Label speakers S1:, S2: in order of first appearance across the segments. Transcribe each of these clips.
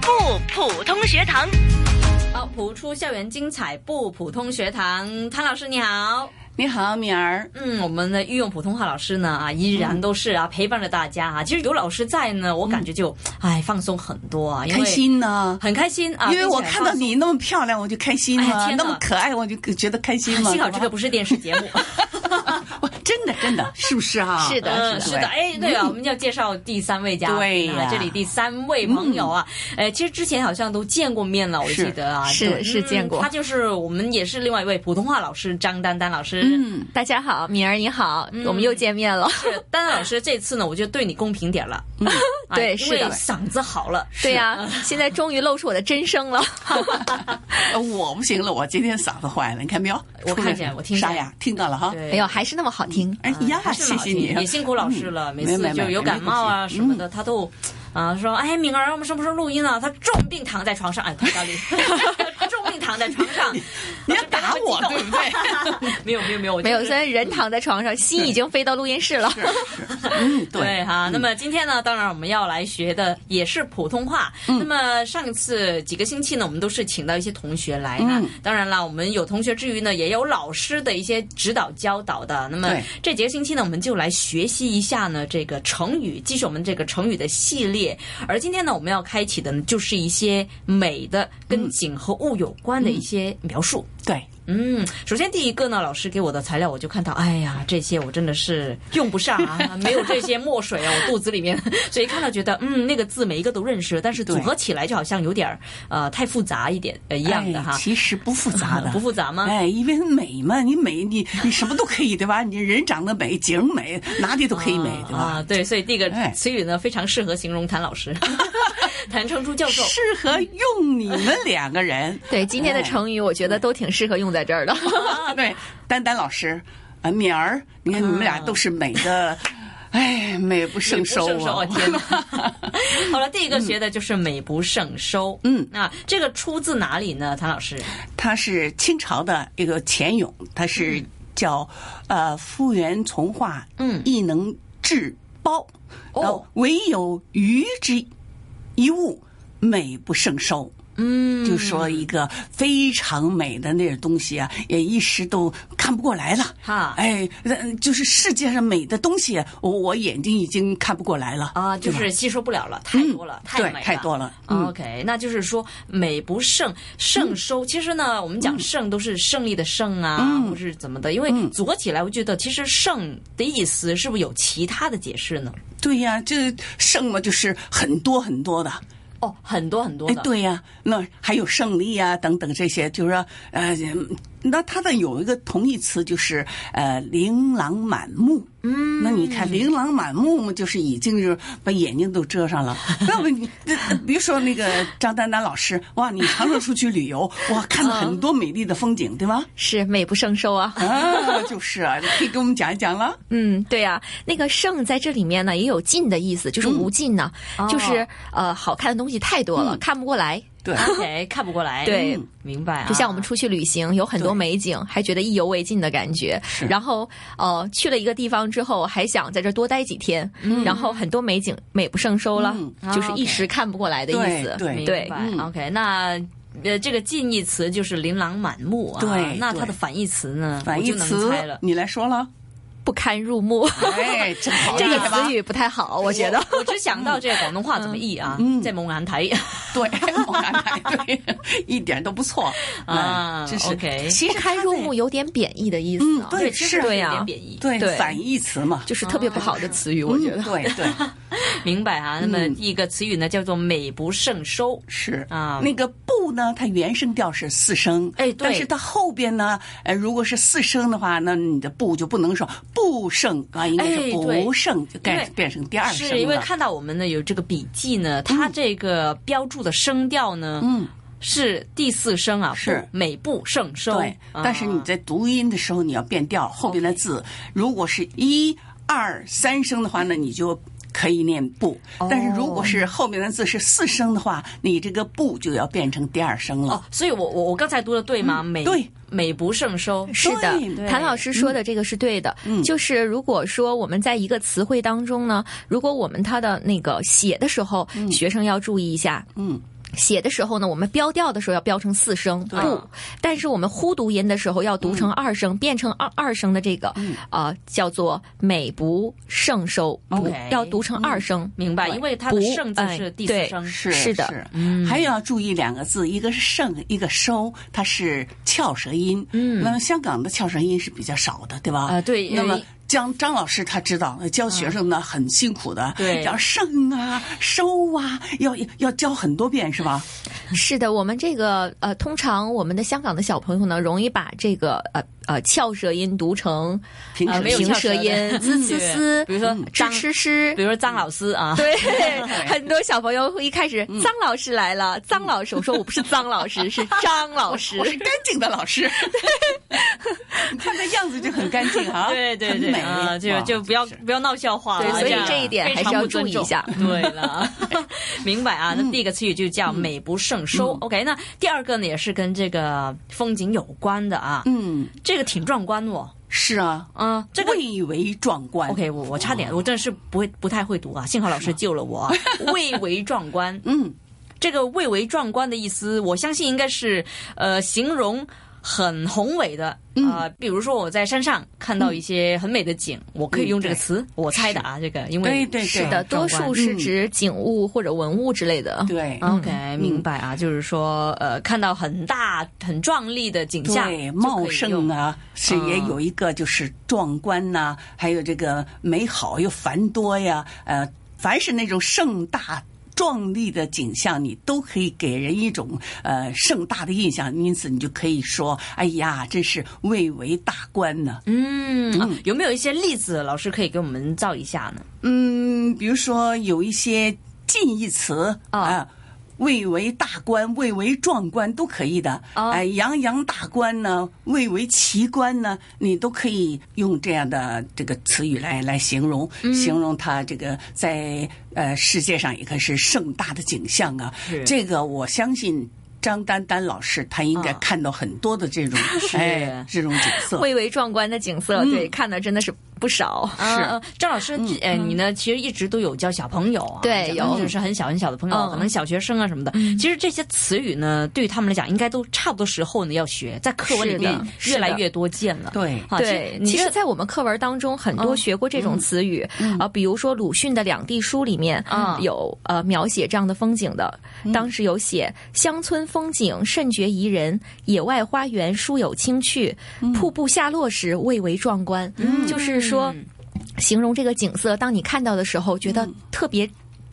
S1: 普通学堂。
S2: 好，普出校园精彩不普通学堂，谭老师你好。
S3: 你好，敏儿。
S2: 嗯，我们的御用普通话老师呢啊，依然都是啊、陪伴着大家啊。其实有老师在呢，我感觉就哎、放松很多啊，因为
S3: 开心呢、
S2: 很开心啊，
S3: 因为我
S2: 并且
S3: 看到
S2: 放松
S3: 你那么漂亮，我就开心
S2: 哎呀
S3: 了；
S2: 天哪
S3: 那
S2: 嗯
S3: 么可爱，我就觉得开 心了。
S2: 幸好啊这个不是电视节目。
S3: 我真的真的是不是啊？
S1: 是的
S2: 嗯，是的，
S3: 对
S2: 哎，对啊，我们要介绍第三位嘉
S3: 对
S2: 宾啊
S3: 呀，
S2: 这里第三位朋友啊，呃，其实之前好像都见过面了，我
S3: 是
S2: 记得啊，
S1: 是
S2: 对
S1: 是
S2: 嗯
S1: 见过
S2: 他就是我们也是另外一位普通话老师张丹丹老师，
S3: 嗯，
S1: 大家好，敏儿你好，我们又见面了。
S2: 是丹丹老师这次呢，我觉得对你公平点了，
S3: 嗯
S2: 啊
S1: 对
S2: 因
S1: 是
S2: 为
S1: 的
S2: 嗓子好了，
S1: 对呀、现在终于露出我的真声了。
S3: 呃我不行了，我今天嗓子坏了，你看没有？
S2: 我看见
S3: 出来
S2: 我听见
S3: 沙哑，听到了哈。
S2: 对嗯
S1: 没有，还是那么好听。
S3: 哎呀，
S2: 啊还是
S3: 谢
S2: 老
S3: 谢
S2: 听
S3: 你，
S2: 也辛苦老师了。
S3: 嗯
S2: 每次
S3: 没没
S2: 就
S3: 没嗯
S2: 有感冒啊
S3: 没
S2: 什么的，他都啊说：“哎，敏儿，我们什么时候录音啊？”他重病躺在床上，哎，大 力，重病躺在床上，
S3: 你要打我对不对？
S2: 没有没有没有我
S1: 没有，
S2: 就是
S1: 虽然人躺在床上，心已经飞到录音室了。
S3: 嗯，
S2: 对
S3: 对。
S2: 哈、那么今天呢，当然我们要来学的也是普通话。
S3: 嗯
S2: 那么上一次几个星期呢，我们都是请到一些同学来呢。
S3: 嗯
S2: 当然啦，我们有同学之余呢，也有老师的一些指导教导的。那么
S3: 对
S2: 这几个星期呢，我们就来学习一下呢这个成语，继续我们这个成语的系列。而今天呢，我们要开启的呢，就是一些美的跟景和物有关
S3: 嗯
S2: 的一些描述。
S3: 对，
S2: 嗯，首先第一个呢，老师给我的材料我就看到，哎呀，这些我真的是用不上啊，没有这些墨水啊，我肚子里面，所以看到觉得，嗯，那个字每一个都认识，但是组
S3: 对
S2: 合起来就好像有点儿呃太复杂一点呃
S3: 一
S2: 一样的哈，
S3: 其实不复杂哎的，
S2: 不复杂吗？啊
S3: 哎，因为美嘛，你美， 你你什么都可以，对吧？你人长得美，景儿美，哪里都可以美，对吧？
S2: 啊，对，所以这个
S3: 哎
S2: 词语呢，非常适合形容谭老师、谭成珠教授。
S3: 适合用你们两个人。
S1: 对，今天的成语我觉得都挺适合用在这 儿的。
S2: 啊
S3: 对，丹丹老师，啊，敏儿，你看你们俩都是美 的，哎，美不胜收
S2: 啊美不胜收
S3: 啊！
S2: 啊 天哪！好了，第一个学的就是美不胜收。
S3: 嗯，
S2: 那这个出自哪里呢？谭老师，
S3: 他是清朝的一个钱勇，他是叫呃复原从化，
S2: 嗯
S3: 亦能制包，
S2: 哦
S3: 然后唯有鱼之一物，美不胜收。
S2: 嗯
S3: 就说一个非常美的那种东西啊，也一时都看不过来了。
S2: 哈
S3: 哎，呃就是世界上美的东西，我我眼睛已经看不过来了
S2: 啊，就
S3: 对吧
S2: 是吸收不了了，太多了，太
S3: 对
S2: 美了，哦
S3: 太多了嗯
S2: OK，那就是说美不胜胜收。其实呢，我们
S3: 嗯
S2: 讲胜都是胜利的胜啊，或是怎么的，因为组合起来，我觉得其实胜的意思是不是有其他的解释呢？
S3: 对呀、这胜嘛就是很多很多的。
S2: 哦，很多很多
S3: 哎
S2: 的，，
S3: 对呀、那还有胜利啊等等这些，就是说呃，那它的有一个同义词就是呃琳琅满目。嗯，那你看琳琅满目嘛，就是已经就是把眼睛都遮 上了。那么你那那比如说那个张丹丹老师，哇，你常常出去旅 游，哇，看了很多美丽的风景，对吧？
S1: 是美不胜收啊。
S3: 啊，就是啊，你可以给我们讲一讲 了。
S1: 嗯，对啊，那个胜在这里面呢也有尽的意思，就是无尽呢，
S2: 哦
S1: 就是呃好看的东西太多了，
S3: 嗯
S1: 看不过来。
S3: 对
S2: OK，看不过来，
S1: 对
S2: 嗯，明白啊。
S1: 就像我们出去旅行，有很多
S3: 对
S1: 美景，还觉得意犹未尽的感觉。然后，呃，去了一个地方之后，还想在这儿多待几天。然后很多美景美不胜收了，
S3: 嗯
S1: 就是
S2: 啊
S1: 一时看不过来的意思。
S3: 对
S2: 明
S1: 对
S2: 白
S3: 嗯
S2: OK，那。呃，这个近义词就是琳琅满目啊。
S3: 对
S2: 那它的
S3: 对
S2: 反义词呢？
S3: 反义
S2: 我就能
S3: 词
S2: 猜了，
S3: 你来说了。
S1: 不堪入目，
S3: 哎，真 好，
S1: 这个
S3: 对吧
S1: 词语不太好，我觉
S3: 哎
S1: 得。
S2: 我我只想到这个广东话怎么译啊，
S3: 嗯
S2: 在蒙眼睇。
S3: 对，我安排对，一点都不错
S2: 啊
S3: 哎真是
S2: OK
S3: 其
S1: 不
S3: 实
S1: 堪
S3: 它
S1: 入
S3: 那
S1: 目有点贬义的意思
S3: 嗯
S1: 啊，，
S3: 对，
S2: 其
S3: 是
S2: 实
S3: 啊
S1: 对
S2: 有
S1: 呀
S2: 点贬义。
S3: 对
S1: 对
S3: 反义词嘛，
S1: 就是特别不好的词语，我觉得
S3: 嗯。对 对
S2: 明白啊。那么
S3: 嗯
S2: 第一个词语呢，叫做美不胜收。
S3: 是
S2: 啊
S3: 那个不呢，它原声调是四声，
S2: 哎
S3: 但
S2: 对
S3: 是它后边呢，呃，如果是四声的话，那你的不就不能说不胜啊，应该
S2: 哎
S3: 是
S2: 对
S3: 不胜，就
S2: 因
S3: 改
S2: 为
S3: 变成第二
S2: 是因
S3: 声
S2: 为
S3: 了。
S2: 看到我们呢有这个笔记呢，它这个标注的声调呢，
S3: 嗯，
S2: 是第四声啊，
S3: 是
S2: 不美不胜收。
S3: 对，
S2: 啊
S3: 但是你在读音的时候，你要变调后边的字，如果是一二三声的话呢，你就。可以念不，但是如果是后面的字是四声的话，你这个不就要变成第二声了。
S2: 哦，所以我我我刚才读的对吗？
S3: 嗯
S2: 美
S3: 对
S2: 美不胜收。
S1: 是的
S3: 对，嗯对
S1: 谭老师说的这个是对的。就是如果说我们在一个词汇当中呢，如果我们它的那个写的时候，学生要注意一下。
S3: 嗯，
S1: 写的时候呢，我们标调的时候要标成四声不，
S2: 啊
S1: 但是我们呼读音的时候要读
S2: 嗯
S1: 成二声，变成二二声的这个，呃，叫做美不胜收，不
S2: OK 嗯
S1: 要读成二声，
S2: 明白，因为它的
S1: 不
S2: 圣字
S1: 哎
S2: 是第四
S1: 对
S2: 声，
S3: 是
S1: 是的
S3: 是，还有要注意两个字，一个是胜，一个收，它是翘舌音。嗯，那么香港的翘舌音是比较少的，对吧？
S2: 啊对
S3: 那
S2: 因
S3: 么
S2: 为。
S3: 张张老师他知道呃教学生呢很辛苦的，
S2: 对
S3: 要胜啊、收啊，要要教很多遍是吧？
S1: 是的，我们这个呃，通常我们的香港的小朋友呢，容易把这个呃呃翘舌音读成
S3: 平
S1: 呃
S3: 时
S2: 啊没有
S1: 平
S2: 翘舌
S1: 舌
S2: 的嗯
S1: 音，滋滋
S2: 对
S1: 滋，
S2: 比如
S3: 嗯
S2: 说
S1: 吃
S2: 张
S1: 吃吃
S2: 比。如说张老师啊，
S1: 对，很多小朋友会一开始张老师来了，张老师，我说我不是张老师，是张老师
S3: 我。是干净的老师，你 看这样子就很干净啊，
S2: 对对
S3: 很
S2: 对
S3: 美
S2: 啊，就
S3: 哇
S2: 就不要不要闹笑话啊
S1: 对所以
S2: 样
S1: 这一点
S2: 非
S1: 还是
S2: 常
S1: 要
S2: 不尊
S1: 注意一
S2: 重
S1: 下嗯
S2: 对 了，明白啊。那第一个词语就叫美不胜收。OK，那第二个呢，也是跟这个风景有关的啊。
S3: 嗯，
S2: 这个挺壮观哦。
S3: 是啊，
S2: 嗯，这个
S3: 蔚为壮观。
S2: OK，我我差点，我真的是不会不太会读啊，幸好老师救了 我啊。蔚为壮观，
S3: 嗯，
S2: 这个蔚为壮观的意思，我相信应该是呃形容。很宏伟的
S3: 嗯
S2: 啊、呃比如说我在山上看到一些很美的景，我可以用这个词，我猜的啊，这个因为
S3: 嗯对对对
S1: 是的，多
S2: 壮观
S1: 数是指景物或者文物之类的。
S3: 对，
S2: OK，明
S3: 嗯
S2: 白啊，就是说，呃，看到很大、很壮丽的景象，
S3: 对，茂盛啊，是
S2: 嗯
S3: 也有一个就是壮观呐、还有这个美好又繁多呀，呃，凡是那种盛大。壮丽的景象，你都可以给人一种呃盛大的印象，因此你就可以说：“哎呀，真是蔚为大观呢、
S2: 嗯、啊有没有一些例子，老师可以给我们造一下呢？
S3: 嗯，比如说有一些近义词
S2: 啊
S3: 啊，蔚为大观、蔚为壮观都可以的。
S2: 哦
S3: 哎，洋洋大观呢，蔚为奇观呢，你都可以用这样的这个词语来来形容，
S2: 嗯
S3: 形容它这个在呃世界上也可是盛大的景象啊
S2: 是。
S3: 这个我相信。张丹丹老师，他应该
S2: 啊
S3: 看到很多的这 种、哎这种景色，
S1: 蔚为壮观的景色，对，看的真的是不少。
S2: 啊，张老师，呃，你呢，其实一直都有教小朋友啊，
S1: 对
S2: 讲的
S1: 有
S2: 就是很小很小的朋友，
S1: 嗯
S2: 可能小学生啊什么的。其实这些词语呢，对于他们来讲，应该都差不多时候呢要学，在课文里
S1: 是
S2: 面
S1: 的
S2: 越来
S1: 是的
S2: 越多见了。
S3: 对
S2: 啊
S1: 对，
S2: 你嗯
S1: 其
S2: 这
S1: 实，在我们课文当中，很多学过这种词语啊，比如说鲁迅的《两地书》里面
S2: 嗯
S1: 有呃描写这样的风景的，当时有写乡村风景甚觉宜人，野外花园殊有清趣，
S2: 嗯
S1: 瀑布下落时蔚为壮观，嗯就是说
S2: 嗯
S1: 形容这个景色，当你看到的时候，觉得特别。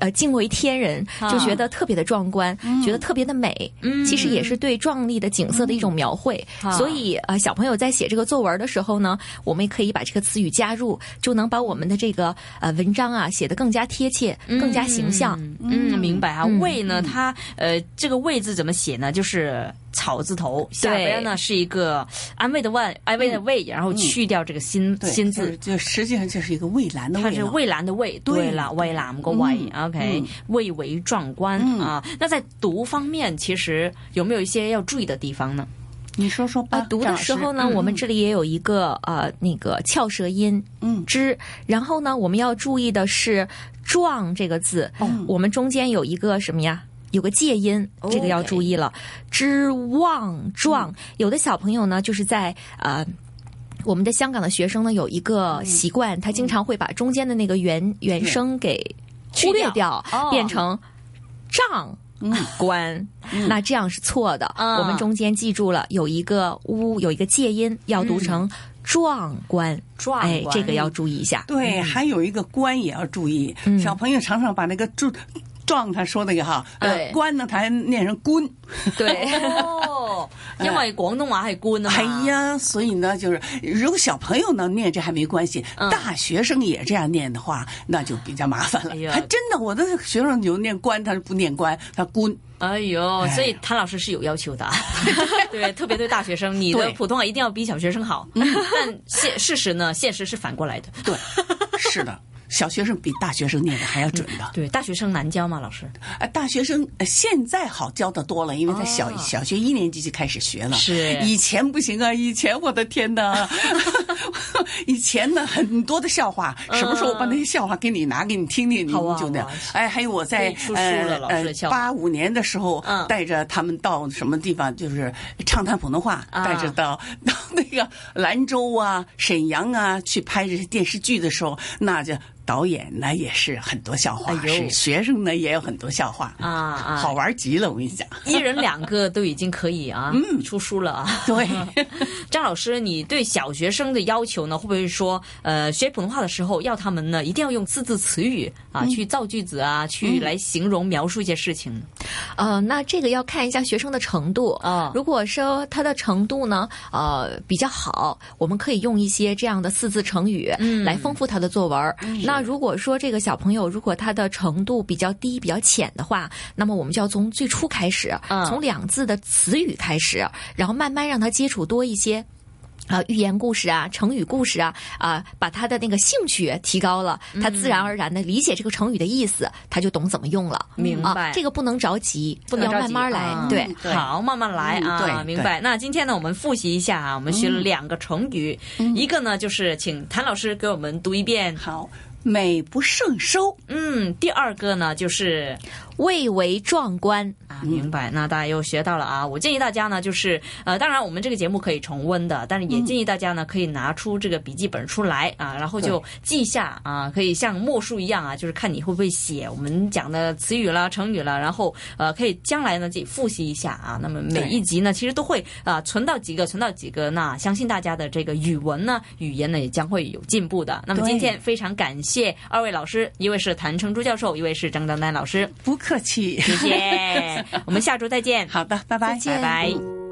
S1: 呃，惊为天人，就觉得特别的壮观，觉得特别的美。嗯，其实也是对壮丽的景色的一种描绘。
S2: 嗯
S1: 所以，呃，小朋友在写这个作文的时候呢，我们也可以把这个词语加入，就能把我们的这个呃文章啊写得更加贴切、更加形象。嗯
S2: 嗯，明白啊。魏呢，它呃，这个魏字怎么写呢？就是草字头，下边呢是一个安慰的万，安慰的
S1: 嗯
S2: 魏，然后去掉这个心
S3: 对
S2: 心
S3: 就是
S2: 字。
S3: 就实际上就是一个蔚蓝的蔚
S2: 它是
S3: 蓝
S2: 蔚蓝的蔚，对嗯了，蔚蓝个蔚，OK，蔚为壮观啊。那在读方面，其实有没有一些要注意的地方呢？
S3: 你说说吧
S1: 啊，，读
S3: 张
S1: 的
S3: 老
S1: 时
S3: 师
S1: 候呢，我们这里也有一个呃那个翘舌音
S3: 嗯
S1: 之，然后呢，我们要注意的是“壮”这个字，
S3: 哦
S2: 嗯
S3: 嗯
S1: 我们中间有一个什么呀？有个介音，这个
S2: 哦
S1: 要
S2: OK 嗯
S1: 注意了。之望壮，有的小朋友呢，就是在呃。我们的香港的学生呢，有一个
S2: 嗯
S1: 习惯，他经常会把中间的那个元元声给
S2: 去
S1: 忽略
S2: 掉哦
S1: 变成丈
S3: 嗯
S1: 官，那这样是错的。
S2: 嗯
S1: 我们中间记住了有一个乌，有一个介音，要读成壮观。
S2: 壮
S1: 哎
S2: 嗯观，，
S1: 这个要注意一下。
S3: 对，还有一个关也要注意，小朋友常常把那个柱撞他说那个哈，
S1: 对
S3: 呃，关呢，他还念成官。
S1: 对，
S2: 哦，因为广东话系官啊嘛。
S3: 哎呀，所以呢，就是如果小朋友呢念这还没关系，大学生也这样念的话，那就比较麻烦
S2: 哎呀
S3: 了。还真的，我的学生有念官，他不念官，他官。
S2: 哎呦，所以谭老师是有要求的， 对，特别对嗯大学生，你的
S3: 对
S2: 普通话 一定要比小学生好。但现事实呢，现实是反过来的。
S3: 对，是的。小学生比大学生念的还要准的。
S2: 对，大学生难教吗？老师
S3: 啊，大学生呃现在好教的多了，因为他小、
S2: 哦
S3: 小学一年级就开始学了。
S2: 是
S3: 以前不行啊，以前我的天 哪， 以前呢很多的笑话，什么时候我把那些笑话给你拿给你听听，你
S2: 嗯好啊
S3: 就那样
S2: 好啊。
S3: 哎，还有我在
S2: 可以出书了
S3: 呃
S2: 老师
S3: 呃
S2: 的笑话
S3: 八五年的时候
S2: 嗯，
S3: 带着他们到什么地方，就是畅谈普通话，
S2: 啊
S3: 带着到到那个兰州啊、沈阳啊去拍这些电视剧的时候，那就。导演呢也是很多笑话，
S2: 哎呦
S3: 是学生呢也有很多笑话
S2: 啊啊，
S3: 好玩极了，我跟你讲。
S2: 一人两个都已经可以啊，出书了啊。
S3: 对，
S2: 张老师，你对小学生的要求呢，会不会说，呃，学普通话的时候要他们呢，一定要用四字词语
S1: 嗯
S2: 啊，去造句子啊，去来形容描述一些事情呢？
S1: 呃，那这个要看一下学生的程度
S2: 啊
S1: 如果说他的程度呢，呃，比较好，我们可以用一些这样的四字成语
S2: 嗯
S1: 来丰富他的作文儿。那如果说这个小朋友如果他的程度比较低、比较浅的话，那么我们就要从最初开始，
S2: 嗯
S1: 从两字的词语开始，然后慢慢让他接触多一些。啊、寓言故事啊，成语故事啊，啊、把他的那个兴趣提高了，
S2: 嗯
S1: 他自然而然的理解这个成语的意思，他就懂怎么用了。
S2: 明白
S1: 啊，这个不能着急，
S2: 不能
S1: 要
S2: 着
S1: 慢
S2: 急
S1: 慢来。
S2: 啊
S1: 嗯对，
S3: 对
S2: 好，慢慢来啊，
S3: 嗯对
S2: 明白。那今天呢，我们复习一下啊，我们学了
S1: 嗯
S2: 两个成语，一个呢就是请谭老师给我们读一遍，
S3: 好，美不胜收，
S2: 嗯，第二个呢就是
S1: 蔚为壮观。
S2: 啊，明白。那大家又学到了啊！我建议大家呢，就是呃，当然我们这个节目可以重温的，但是也建议大家呢，可以拿出这个笔记本出来啊，然后就记下啊，可以像默书一样啊，就是看你会不会写我们讲的词语啦、成语啦，然后呃，可以将来呢自己复习一下啊。那么每一集呢，其实都会啊、存到几个，存到几个。那相信大家的这个语文呢，语言呢也将会有进步的。那么
S3: 对
S2: 今天非常感谢二位老师，一位是谭成珠教授，一位是张张丹老师。
S3: 不客气。
S2: 谢谢，我们下周再 见，
S3: 好的，拜拜，
S1: 再
S2: 拜
S1: 见
S2: 拜。
S3: 嗯